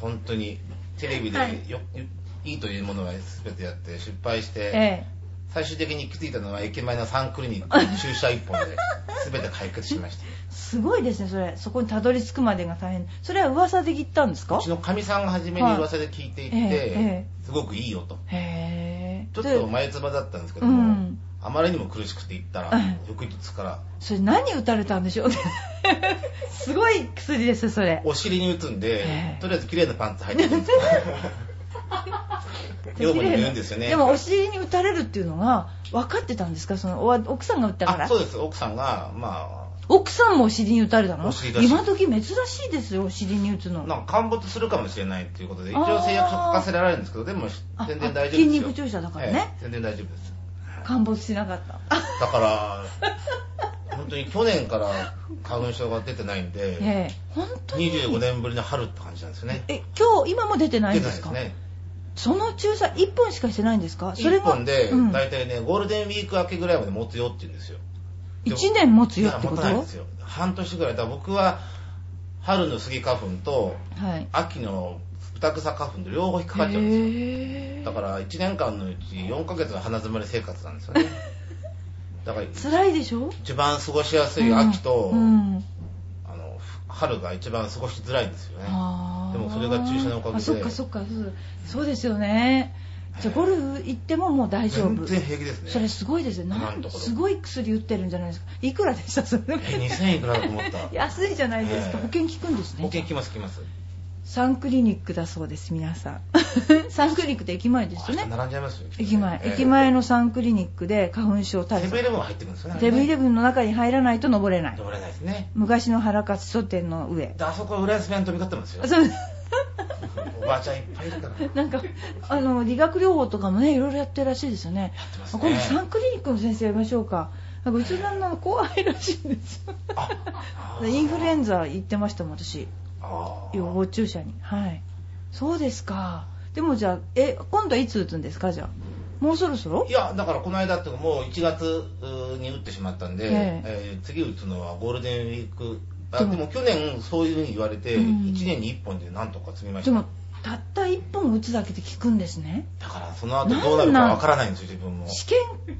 [SPEAKER 3] 本当にテレビで
[SPEAKER 1] はい
[SPEAKER 3] よ、よいいというものは全てやって失敗して、
[SPEAKER 1] え
[SPEAKER 3] 最終的に気づいたのは駅前のサンクリニックの注射1本で全て解決しました。
[SPEAKER 1] ーすごいですね、それ。そこにたどり着くまでが大変。それは噂で聞いたん ですか
[SPEAKER 3] うちのかみさんが初めに噂で聞いていて、
[SPEAKER 1] はいえええ
[SPEAKER 3] すごくいいよと。
[SPEAKER 1] へー
[SPEAKER 3] ちょっと前つばだったんですけど
[SPEAKER 1] う
[SPEAKER 3] も、
[SPEAKER 1] ん
[SPEAKER 3] あまりにも苦しくて行ったら
[SPEAKER 1] うん、
[SPEAKER 3] 翌日から
[SPEAKER 1] それ何打たれたんでしょうね。 すごい薬ですよ、それ。
[SPEAKER 3] お尻に打つんで
[SPEAKER 1] ええ、
[SPEAKER 3] とりあえず綺麗なパンツ履いてるんですよ。 女房にも言うんですよね。
[SPEAKER 1] でもお尻に打たれるっていうのが分かってたんですかそのお奥さんが打ったから
[SPEAKER 3] あそうです、奥さんが、ま
[SPEAKER 1] 奥さんもお尻に打たれたの
[SPEAKER 3] お尻だし
[SPEAKER 1] 今時珍しいですよお尻に打つ
[SPEAKER 3] あ、
[SPEAKER 1] の
[SPEAKER 3] なんか陥没するかもしれないっていうことで、一
[SPEAKER 1] あ
[SPEAKER 3] 応
[SPEAKER 1] ー
[SPEAKER 3] 誓約書書かせられるんですけど、でも
[SPEAKER 1] あ
[SPEAKER 3] 全然大丈夫です
[SPEAKER 1] 筋
[SPEAKER 3] よ。
[SPEAKER 1] 肉注射だからね
[SPEAKER 3] ええ全然大丈夫です。
[SPEAKER 1] 陥没しなかった
[SPEAKER 3] だから、本当に去年から花粉症が出てないんで、
[SPEAKER 1] ええ本当に
[SPEAKER 3] 25年ぶりの春って感じなんですよね。
[SPEAKER 1] え今日今も出てないんですか
[SPEAKER 3] 出てないですね。
[SPEAKER 1] その注射1本しかしてないんですかそれ
[SPEAKER 3] 1
[SPEAKER 1] も
[SPEAKER 3] 本で
[SPEAKER 1] うん、
[SPEAKER 3] 大体ね、ゴールデンウィーク明けぐらいまで持つよって言うんですよ。でも
[SPEAKER 1] 1年持つ
[SPEAKER 3] い
[SPEAKER 1] よ
[SPEAKER 3] や、
[SPEAKER 1] ってこ
[SPEAKER 3] 持
[SPEAKER 1] と
[SPEAKER 3] たないですよ。半年ぐらい。だから僕は、春のスギ花粉と、
[SPEAKER 1] はい
[SPEAKER 3] 秋の豚草花粉と両方引っかかっちゃうんですよ。
[SPEAKER 1] へー
[SPEAKER 3] だから1年間のうち4ヶ月の鼻詰まり生活なんで すよね。だから
[SPEAKER 1] 辛いでしょ
[SPEAKER 3] 一番過ごしやすい秋と、
[SPEAKER 1] うんうん
[SPEAKER 3] あの春が一番過ごしづらいんですよね。
[SPEAKER 1] あー
[SPEAKER 3] でもそれが注射のおかげで
[SPEAKER 1] あそっかそっかそうそうですよねじゃあゴルフ行ってももう大丈
[SPEAKER 3] 全
[SPEAKER 1] 夫
[SPEAKER 3] 然平気ですね。
[SPEAKER 1] それすごいですよな
[SPEAKER 3] 今のところ
[SPEAKER 1] すごい薬売ってるんじゃないですかいくらでしたそれ
[SPEAKER 3] え2000円いくらだと思っ た。
[SPEAKER 1] 安いじゃないですか
[SPEAKER 3] ええ
[SPEAKER 1] 保険効くんですね
[SPEAKER 3] 保険きますきます。
[SPEAKER 1] サンクリニックだそうです皆さん サンクリニックって駅前ですよ
[SPEAKER 3] 明日
[SPEAKER 1] ね
[SPEAKER 3] 並んじゃいますよ。
[SPEAKER 1] 駅前、
[SPEAKER 3] ええ
[SPEAKER 1] 駅前のサンクリニックで花粉症対
[SPEAKER 3] セブンイ
[SPEAKER 1] 策
[SPEAKER 3] レブンが入ってくるんですよね。
[SPEAKER 1] セブンイレブンの中に入らないと登れない
[SPEAKER 3] 登れないですね。
[SPEAKER 1] 昔の原勝書店の上
[SPEAKER 3] であそこは浦安弁飛び交ってますよ
[SPEAKER 1] あ。そう
[SPEAKER 3] おばあちゃんいっぱいいるから。
[SPEAKER 1] なんかあの理学療法とかもねいろいろやってるらしいですよね
[SPEAKER 3] やってます
[SPEAKER 1] あ
[SPEAKER 3] ね
[SPEAKER 1] 今度サンクリニックの先生やりましょうかなんかうちの旦那の後輩らしいんですよ
[SPEAKER 3] あ
[SPEAKER 1] インフルエンザ行ってましたもん私
[SPEAKER 3] あー
[SPEAKER 1] 予防注射にはいそうですかでもじゃあえ今度はいつ打つんですかじゃあもうそろそろ
[SPEAKER 3] いや、だからこの間っていうかもう1月うーに打ってしまったんで、
[SPEAKER 1] え
[SPEAKER 3] えー次打つのはゴールデンウィーク。あでも去年そういうふうに言われて、
[SPEAKER 1] うん
[SPEAKER 3] 1年に1本でなんとか積みまし
[SPEAKER 1] で
[SPEAKER 3] た。
[SPEAKER 1] もたった1本打つだけで効くんですね
[SPEAKER 3] だからその後どうなるかわからないんですよ、自分も。
[SPEAKER 1] 試験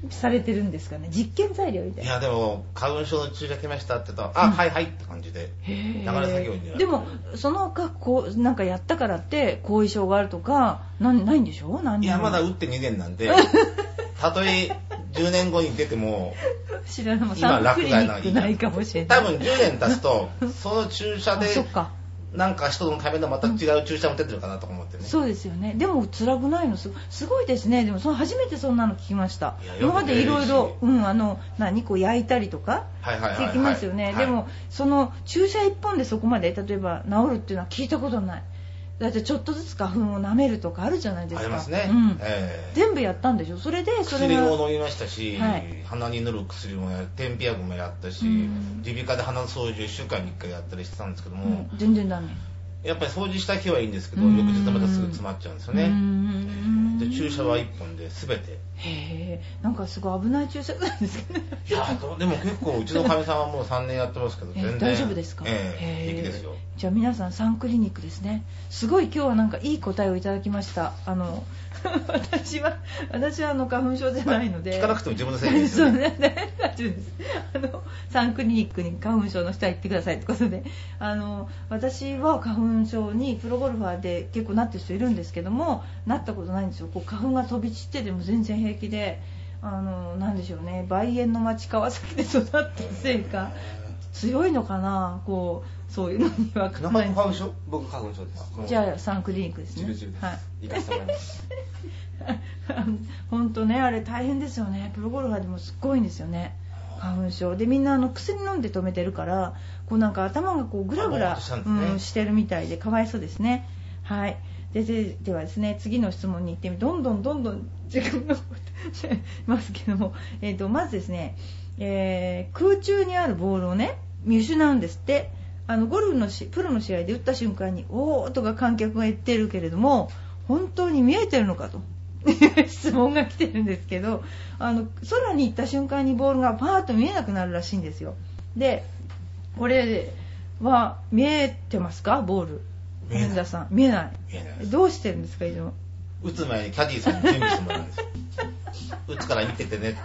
[SPEAKER 1] されてるんですかね実験材料みたい
[SPEAKER 3] い
[SPEAKER 1] な
[SPEAKER 3] や、でも、花粉症の注射来ましたって言ったら、あ、はいはいって感じで。
[SPEAKER 1] へー
[SPEAKER 3] 流れ作業になる
[SPEAKER 1] でもその他こうなんかやったからって後遺症があるとかなんないんでしょ何
[SPEAKER 3] い
[SPEAKER 1] にも
[SPEAKER 3] や、まだ打って2年なんで、 たとえ10年後に出ても、
[SPEAKER 1] 知らないもう
[SPEAKER 3] 今
[SPEAKER 1] サンク
[SPEAKER 3] 楽
[SPEAKER 1] リニ
[SPEAKER 3] がな
[SPEAKER 1] ック
[SPEAKER 3] い。
[SPEAKER 1] ないかもしれない
[SPEAKER 3] 多分10年経 つと、その注射
[SPEAKER 1] あ
[SPEAKER 3] で、
[SPEAKER 1] そっか
[SPEAKER 3] なんか人のためのまた違う注射も出てるかなとか思ってね。
[SPEAKER 1] そうですよねでも辛くないのすごすごいですねでもその初めてそんなの聞きました
[SPEAKER 3] いやよく
[SPEAKER 1] 今までいろいろ
[SPEAKER 3] ね
[SPEAKER 1] うんあの何こう焼いたりとか
[SPEAKER 3] はいはいはい、はい。
[SPEAKER 1] できますよね、
[SPEAKER 3] はい
[SPEAKER 1] でもその注射1本でそこまで例えば治るっていうのは聞いたことないだってちょっとずつ花粉を舐めるとかあるじゃないですか
[SPEAKER 3] ありますね。
[SPEAKER 1] うん
[SPEAKER 3] ええ
[SPEAKER 1] 全部やったんでしょそれでそれ
[SPEAKER 3] 薬
[SPEAKER 1] が
[SPEAKER 3] も飲みましたし、
[SPEAKER 1] はい
[SPEAKER 3] 鼻に塗る薬もや天日薬もやったし
[SPEAKER 1] うん
[SPEAKER 3] 耳鼻科で鼻の掃除を1週間に1回やったりしてたんですけど
[SPEAKER 1] う
[SPEAKER 3] も、
[SPEAKER 1] ん全然ダメ
[SPEAKER 3] やっぱり掃除した日はいいんですけど、
[SPEAKER 1] うん
[SPEAKER 3] 翌日またすぐ詰まっちゃうんですよ
[SPEAKER 1] う
[SPEAKER 3] ね。
[SPEAKER 1] ん
[SPEAKER 3] で注射は1本で全て。
[SPEAKER 1] へえんかすごい危ない注射なんですけど ね
[SPEAKER 3] いやどうでも結構うちのかみさんはもう3年やってますけど
[SPEAKER 1] え
[SPEAKER 3] 全然
[SPEAKER 1] 大丈夫ですか、
[SPEAKER 3] ええ
[SPEAKER 1] へえ
[SPEAKER 3] 平気ですよ
[SPEAKER 1] じゃあ皆さんサンクリニックですねすごい今日はなんかいい答えをいただきましたあの 私は私はあの花粉症じゃないので、
[SPEAKER 3] 聞かなくても自分のせいです
[SPEAKER 1] そう
[SPEAKER 3] よね
[SPEAKER 1] ね、 大丈夫です。あの、サンクリニックに花粉症の人は行ってくださいってことで、あの、私は花粉症にプロゴルファーで結構なってる人いるんですけども、なったことないんですよ。こう花粉が飛び散ってでも全然平気で、あの、なんでしょうね、梅園の町川崎で育ったせいか、強いのかな、こう、そういうのには
[SPEAKER 3] 名
[SPEAKER 1] かんない
[SPEAKER 3] 前も
[SPEAKER 1] ん
[SPEAKER 3] 買う
[SPEAKER 1] で
[SPEAKER 3] でし
[SPEAKER 1] す。
[SPEAKER 3] ょ
[SPEAKER 2] 僕花粉症です
[SPEAKER 1] じゃあ、サンクリニックです
[SPEAKER 2] ジ
[SPEAKER 1] ね。
[SPEAKER 2] ルジルです、
[SPEAKER 1] はい。
[SPEAKER 2] 行かせてもらいます
[SPEAKER 1] 本当ねあれ大変ですよねプロゴルファーでもすっごいんですよね花粉症でみんなあの薬飲んで止めてるからこうなんか頭がこうグラグ
[SPEAKER 3] ぼーっ
[SPEAKER 1] ラ
[SPEAKER 3] としたんですね
[SPEAKER 1] うん、してるみたいでかわいそうですねはいででではですね次の質問に行ってみどんどんどんどん時間がますけども、えー、とまずですね、えー空中にあるボールをね見失うんですってあのゴルフのしプロの試合で打った瞬間におーとか観客が言ってるけれども本当に見えてるのかと 質問が来てるんですけどあの空に行った瞬間にボールがパーッと見えなくなるらしいんですよでこれは見えてますかボール
[SPEAKER 3] 見えない
[SPEAKER 1] 水田さん見えない
[SPEAKER 3] 見えない
[SPEAKER 1] どうしてるんですかいつも
[SPEAKER 3] 打つ前にキャディーさんに準備してもらうんですよ打つから見ててねって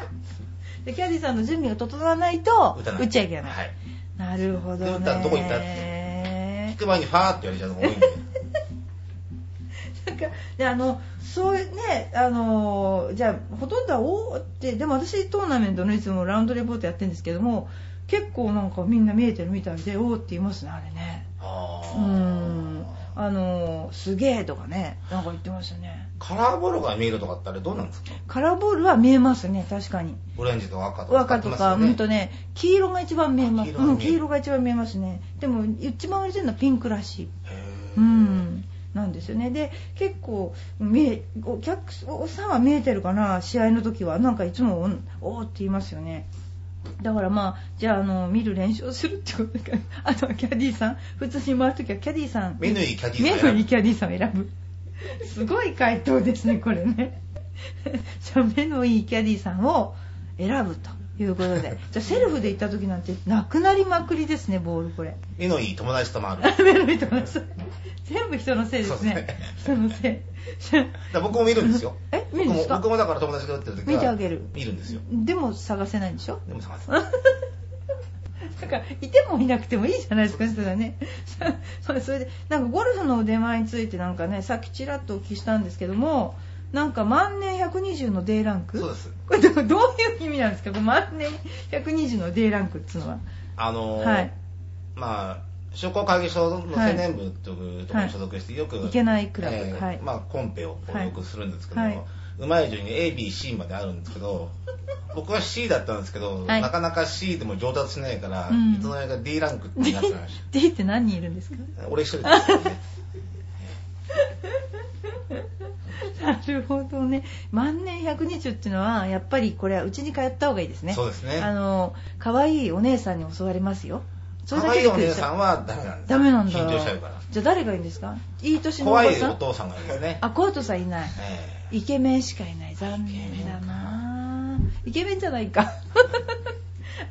[SPEAKER 1] でキャディさんの準備が整わないと
[SPEAKER 3] 打たない
[SPEAKER 1] 打っちゃいけない、
[SPEAKER 3] はい、
[SPEAKER 1] なるほどね
[SPEAKER 3] で打ったらどこ行ったっ聞く前にファーって言われちゃうのが多い んで
[SPEAKER 1] なんかであのそういうねあのーじゃあほとんどはおーってでも私トーナメントのいつもラウンドレポートやってるんですけども結構なんかみんな見えてるみたいでおーって言いますねあれね
[SPEAKER 3] あ
[SPEAKER 1] う
[SPEAKER 3] ー
[SPEAKER 1] ーんあのーすげえとかねなんか言ってましたね
[SPEAKER 3] カラーボールが見えるとかってあれどうなんですか
[SPEAKER 1] カラーボールは見えますね確かに
[SPEAKER 3] オレンジとか赤とか
[SPEAKER 1] 赤とか、
[SPEAKER 3] 使ってますよね
[SPEAKER 1] うんとね黄色が一番見えます
[SPEAKER 3] あ黄色が見え
[SPEAKER 1] う
[SPEAKER 3] る
[SPEAKER 1] ん、黄色が一番見えますねでも一番売れてるのはピンクらしい
[SPEAKER 3] へ
[SPEAKER 1] う
[SPEAKER 3] ー
[SPEAKER 1] ん、なんですよね。で、結構見え、お客さんは見えてるかな、試合の時は、なんかいつもおおーって言いますよね。だからまあ、じゃあ、あの、見る練習をするってことか、 あとはキャディーさん、普通に回る時はキャディーさん、
[SPEAKER 3] 目のいいキャディーさんを選ぶ
[SPEAKER 1] 目のいいキャディーさんを選ぶ。すごい回答ですね、これね。 じゃあ、目のいいキャディーさんを選ぶということで。じゃあ、セルフで行った時なんて、なくなりまくりですね、ボール、これ。
[SPEAKER 3] 目のいい友達と回る。
[SPEAKER 1] 目のいいところです全部人のせいですね。人のせい。じゃあ
[SPEAKER 3] だから僕も見るんですよ。
[SPEAKER 1] え見るんですか
[SPEAKER 3] 僕も僕もだから友達が打ってる時は
[SPEAKER 1] 見てあげる
[SPEAKER 3] 見るんですよ。
[SPEAKER 1] でも探せないんでしょ
[SPEAKER 3] でも探す。
[SPEAKER 1] だから、いてもいなくてもいいじゃないですか、そしたらね。 そうそれで、なんかゴルフの腕前についてなんかね、さっきちらっとお聞きしたんですけども、なんか万年120の D ランク
[SPEAKER 3] そうです
[SPEAKER 1] これどどういう意味なんですかこれ万年120の D ランクっていうのは。
[SPEAKER 3] あのー
[SPEAKER 1] はい
[SPEAKER 3] まあ、商工会議所の青年部というところに所属して、よく、
[SPEAKER 1] いけないクラブ
[SPEAKER 3] えー
[SPEAKER 1] はい
[SPEAKER 3] まあ、コンペをこう
[SPEAKER 1] はい
[SPEAKER 3] よくするんですけど、
[SPEAKER 1] はいう
[SPEAKER 3] まい順に A、B、C まであるんですけ ど、僕は C だったんですけど、
[SPEAKER 1] はい
[SPEAKER 3] なかなか C でも上達しないから、
[SPEAKER 1] うん
[SPEAKER 3] いつの間にか D ランクになってまし
[SPEAKER 1] D って何人いるんですか
[SPEAKER 3] た。俺一人ですけどね。
[SPEAKER 1] なるほどね。万年120っていうのは、やっぱりこれはうちに通った方がいいですね。
[SPEAKER 3] そうですね
[SPEAKER 1] あの、可愛いお姉さんに教わりますよ。それだ
[SPEAKER 3] 可
[SPEAKER 1] け
[SPEAKER 3] 愛い
[SPEAKER 1] で
[SPEAKER 3] お
[SPEAKER 1] 来る
[SPEAKER 3] 姉
[SPEAKER 1] でしょ
[SPEAKER 3] さんはダメなんです
[SPEAKER 1] ダ
[SPEAKER 3] よ
[SPEAKER 1] メなんだ。
[SPEAKER 3] 緊張しちゃうから。
[SPEAKER 1] じゃあ誰がいいんですかいい年のおば
[SPEAKER 3] 怖
[SPEAKER 1] さん
[SPEAKER 3] いお父さんがいますね。
[SPEAKER 1] あ、コートさんいない。
[SPEAKER 3] え
[SPEAKER 1] イケメンしかいない。残念だなイケメンじゃないか。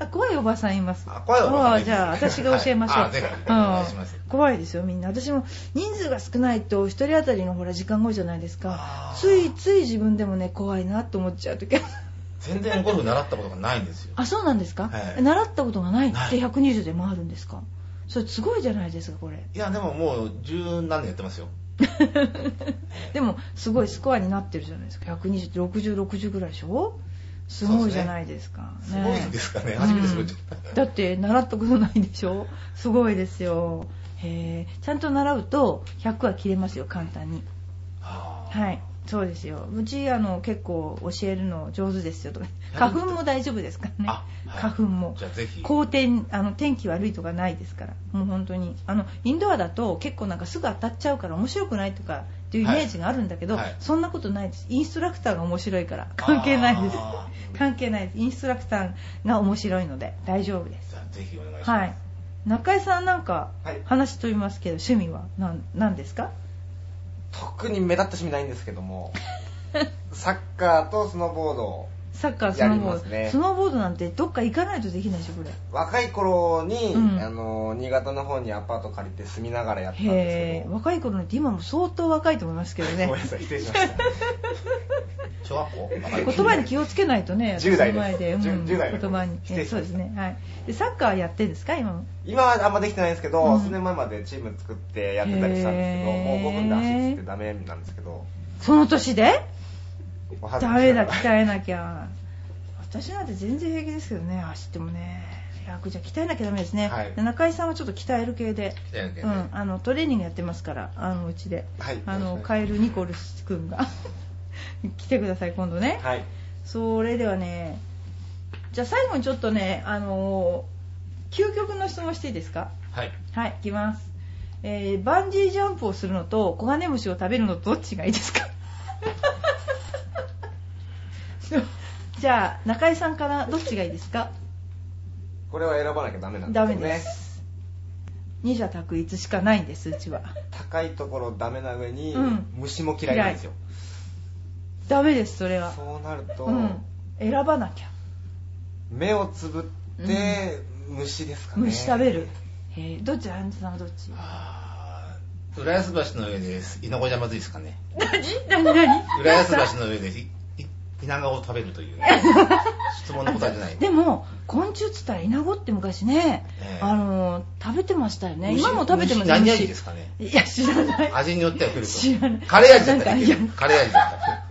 [SPEAKER 1] あ、怖いおばさんいます。
[SPEAKER 3] あ怖いおばさん
[SPEAKER 1] あ
[SPEAKER 3] います
[SPEAKER 1] じゃあ、私が教えましょう。
[SPEAKER 3] はいあぜひお願いします
[SPEAKER 1] うん怖いですよ、みんな。私も人数が少ないと、一人当たりのほら、時間後じゃないですか
[SPEAKER 3] あ。ー
[SPEAKER 1] ついつい自分でもね、怖いなと思っちゃう時
[SPEAKER 3] え全然ゴルフ習ったことがないんですよ。
[SPEAKER 1] あ、そうなんですか、
[SPEAKER 3] はい
[SPEAKER 1] え習ったことがないって
[SPEAKER 3] ない
[SPEAKER 1] 120で回るんですかそれすごいじゃないですか、これ。
[SPEAKER 3] いや、でももう十何年やってますよ。
[SPEAKER 1] でもすごいスコアになってるじゃないですか1206060ぐらいでしょすごいじゃないですか
[SPEAKER 3] すごいんですかね。初めてすごい。
[SPEAKER 1] うんだって習ったことないでしょすごいですよへえちゃんと習うと100は切れますよ簡単に
[SPEAKER 3] はあ
[SPEAKER 1] はいそうですようちあの結構教えるの上手ですよ とか花粉も大丈夫ですからね
[SPEAKER 3] あはい
[SPEAKER 1] 花粉も
[SPEAKER 3] じゃあぜひ。
[SPEAKER 1] 好天あの天気悪いとかないですからもう本当にあのインドアだと結構なんかすぐ当たっちゃうから面白くないとかっていうイメージがあるんだけど、
[SPEAKER 3] はいはい
[SPEAKER 1] そんなことないですインストラクターが面白いから関係ないです
[SPEAKER 3] あ
[SPEAKER 1] 関係ないですインストラクターが面白いので大丈夫です
[SPEAKER 3] じゃあぜひお願いします。
[SPEAKER 1] はい中井さんなんか
[SPEAKER 2] はい
[SPEAKER 1] 話飛びますけど、趣味は何何ですか
[SPEAKER 2] 特に目立った趣味ないんですけ どもサッカーとスノーボードを
[SPEAKER 1] サッカースノーボ
[SPEAKER 2] やり
[SPEAKER 1] ー
[SPEAKER 2] ま
[SPEAKER 1] ド、
[SPEAKER 2] すね
[SPEAKER 1] スノーボードなんてどっか行かないとできないでしょこれ
[SPEAKER 2] 若い頃に、
[SPEAKER 1] うん
[SPEAKER 2] あの新潟の方にアパート借りて住みながらやったんで
[SPEAKER 1] へえ
[SPEAKER 2] す
[SPEAKER 1] 若い頃なんて今も相当若いと思いますけど
[SPEAKER 2] けど
[SPEAKER 1] ね
[SPEAKER 2] ごめんなさい失礼しました
[SPEAKER 3] 小学校
[SPEAKER 1] 言葉に気をつけないと ね、
[SPEAKER 2] 10代
[SPEAKER 1] 私の前で、
[SPEAKER 2] です
[SPEAKER 1] うん、
[SPEAKER 2] 10代の
[SPEAKER 1] 言葉に、
[SPEAKER 2] 失
[SPEAKER 1] え
[SPEAKER 2] 礼し
[SPEAKER 1] そう
[SPEAKER 2] ました
[SPEAKER 1] ですね、はい。で、サッカーやってんですか、今も。
[SPEAKER 2] 今はあんまできてないんですけど、
[SPEAKER 1] うん
[SPEAKER 2] 数年前までチーム作ってやってたりしたんですけど
[SPEAKER 1] へー
[SPEAKER 2] もう5分で足つってダメなんですけど
[SPEAKER 1] その年で。
[SPEAKER 2] お恥ず
[SPEAKER 1] ダ
[SPEAKER 2] かし
[SPEAKER 1] メ
[SPEAKER 2] な
[SPEAKER 1] だ、
[SPEAKER 2] がら
[SPEAKER 1] 鍛えなきゃ。私なんて全然平気ですけどね、走ってもね。100じゃ鍛えなきゃダメですね、
[SPEAKER 3] はい
[SPEAKER 1] で中井さんはちょっと鍛える系で、
[SPEAKER 3] 鍛える系で
[SPEAKER 1] うん、あのトレーニングやってますからあのうちで、
[SPEAKER 2] はい
[SPEAKER 1] あ
[SPEAKER 2] よろ
[SPEAKER 1] の
[SPEAKER 2] しくお
[SPEAKER 1] カエル・ニコルス君が 来てください今度ね、
[SPEAKER 2] はい
[SPEAKER 1] それではねじゃあ最後にちょっとねあの究極の質問していいですか
[SPEAKER 3] はい。
[SPEAKER 1] はい、いきます。えーバンジージャンプをするのと、コガネムシを食べるのとどっちがいいですか じゃあ、中井さんからどっちがいいですか
[SPEAKER 2] これは選ばなきゃダメなんです
[SPEAKER 1] ダメ
[SPEAKER 2] よね
[SPEAKER 1] です。二者択一しかないんです、うちは。
[SPEAKER 2] 高いところダメな上に、
[SPEAKER 1] うん
[SPEAKER 2] 虫も嫌いなんですよ
[SPEAKER 1] ダメです、それは。
[SPEAKER 2] そうなると、
[SPEAKER 1] うん。選ばなきゃ。
[SPEAKER 2] 目をつぶって、虫ですかね
[SPEAKER 1] 虫食べる。えーどっち、あんさんはどっち
[SPEAKER 3] あー浦安橋の上です。稲子じゃまずいですかね。
[SPEAKER 1] 何何
[SPEAKER 3] 浦安橋の上でいい稲子を食べるという、ね、質問の答えじゃない。
[SPEAKER 1] でも昆虫っつったらイナゴって昔ね、
[SPEAKER 3] ええ
[SPEAKER 1] あの食べてましたよね
[SPEAKER 3] 虫
[SPEAKER 1] 今も食べてます
[SPEAKER 3] 虫何味ですかね
[SPEAKER 1] いや知らない
[SPEAKER 3] 味によっては来る
[SPEAKER 1] 知らない
[SPEAKER 3] と。カレー味だったらいけ
[SPEAKER 1] なんかいや。
[SPEAKER 3] るカレー味だったら。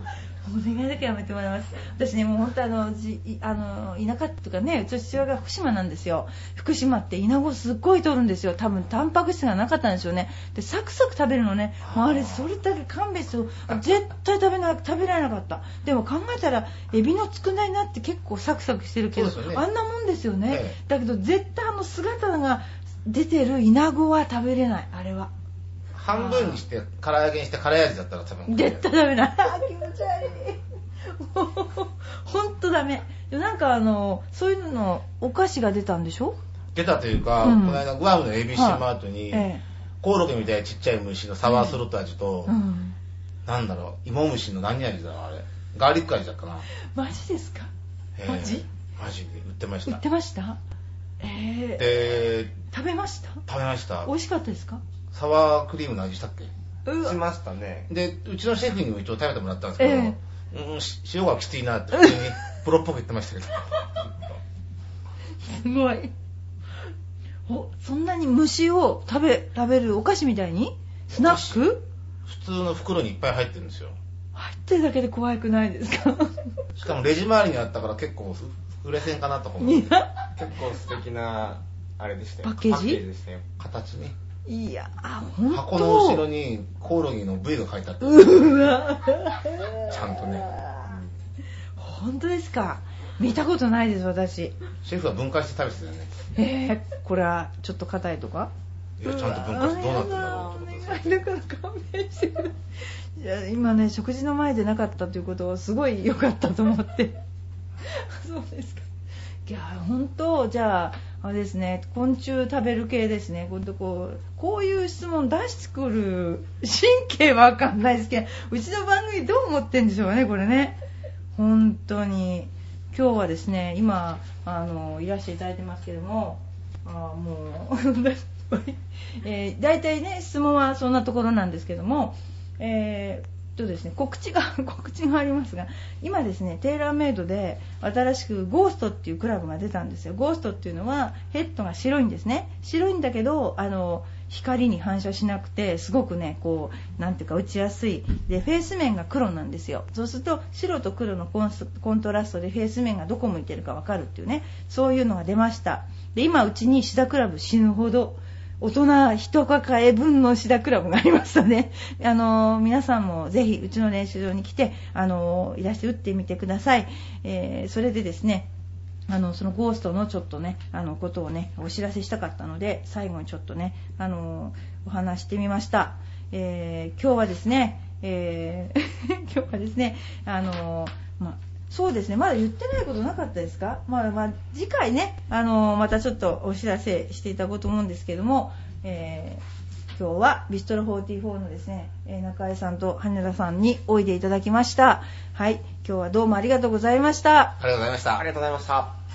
[SPEAKER 1] お願いだけはやめてもらいます私ねもう本当あのじいあの田舎とかねうちの父親が福島なんですよ福島ってイナゴすっごい取るんですよ多分タンパク質がなかったんでしょうねでサクサク食べるのねもうあれそれだけ勘弁してよ絶対食べな食べられなかったでも考えたらエビの佃煮なって結構サクサクしてるけど、
[SPEAKER 3] そうですよね
[SPEAKER 1] あんなもんですよね、
[SPEAKER 3] ええ
[SPEAKER 1] だけど絶対あの姿が出てるイナゴは食べれないあれは
[SPEAKER 3] 半分にして、唐揚げにしてカレー味だったら多分。
[SPEAKER 1] 絶対ダメだ。あー気持ち悪い。ほんとダメ。でもなんかあの、そういうの、お菓子が出たんでしょ
[SPEAKER 3] 出たというか、
[SPEAKER 1] うん
[SPEAKER 3] この間グアムの ABC マートに、
[SPEAKER 1] ええ
[SPEAKER 3] コオロギみたいなちっちゃい虫のサワースロット味と、
[SPEAKER 1] うん。
[SPEAKER 3] なんだろう、芋虫の何味だろう、あれ。ガーリック味だったな。
[SPEAKER 1] マジですか
[SPEAKER 3] えー
[SPEAKER 1] マジ
[SPEAKER 3] マジで売ってまし
[SPEAKER 1] 売
[SPEAKER 3] た
[SPEAKER 1] って。ましたえー、
[SPEAKER 3] で、
[SPEAKER 1] 食べました
[SPEAKER 3] 食べました
[SPEAKER 1] 美。味しかったですか
[SPEAKER 3] サワークリームの味したっけ
[SPEAKER 1] う
[SPEAKER 2] し
[SPEAKER 1] わ
[SPEAKER 2] ましたね。
[SPEAKER 3] で、うちのシェフにも一応食べてもらったんですけど、
[SPEAKER 1] え
[SPEAKER 3] うん、し塩がきついなって、普通にプロっぽく言ってましたけど。
[SPEAKER 1] すごいおそんなに虫を食べ食べるお菓子みたいにスナック
[SPEAKER 3] 普通の袋にいっぱい入ってるんですよ。
[SPEAKER 1] 入ってるだけで怖くないですか
[SPEAKER 3] しかもレジ周りにあったから結構売れ線かなとか思 っ
[SPEAKER 1] い
[SPEAKER 3] て
[SPEAKER 1] や
[SPEAKER 2] 結構素敵な、あれでしたよ。
[SPEAKER 1] パッケージ
[SPEAKER 2] でしたよ。
[SPEAKER 3] 形ね
[SPEAKER 1] いやあ本当
[SPEAKER 3] 箱の後ろにコオロギの V が書いてあって
[SPEAKER 1] うわ
[SPEAKER 3] ちゃんとね
[SPEAKER 1] 本当ですか見たことないです私
[SPEAKER 3] シェフは分解して食べてたよね
[SPEAKER 1] えー、これはちょっと硬いとか
[SPEAKER 3] いやちゃんと分解してどうなってんだろうってことですよ
[SPEAKER 1] だから勘弁してくださいいや今ね食事の前でなかったということをすごい良かったと思ってそうですかいや本当じゃああれですね昆虫食べる系ですね今度こうこういう質問出してくる神経わかんないですけどうちの番組どう思ってんでしょうねこれね本当に今日はですね今あのいらしていただいてますけどもあーもう、えー、大体ね質問はそんなところなんですけども、えーとですね、告知が 告知がありますが今ですねテーラーメイドで新しくゴーストっていうクラブが出たんですよゴーストっていうのはヘッドが白いんですね白いんだけどあの光に反射しなくてすごくねこうなんていうか打ちやすいでフェース面が黒なんですよそうすると白と黒のコンスコントラストでフェース面がどこ向いてるか分かるっていうねそういうのが出ましたで今うちにシダクラブ死ぬほど大人一抱え分のシダクラブがありましたね。 あのー皆さんもぜひうちの練習場に来て、あのーいらして打ってみてください。えーそれでですね、あの、そのゴーストのちょっとね、あの、ことをね、お知らせしたかったので、最後にちょっとね、あのーお話してみました。えー今日はですね、えー 今日はですね、あのーまあそうですね、まだ言ってないことなかったですか、まあまあ、次回ね、あのーまたちょっとお知らせしていただこうと思うんですけども、えー今日はビストロ44のですね、えー中江さんと羽田さんにおいでいただきました。はい、今日はどうもありがとうございました。
[SPEAKER 3] ありがとうございました
[SPEAKER 2] ありがとうございました。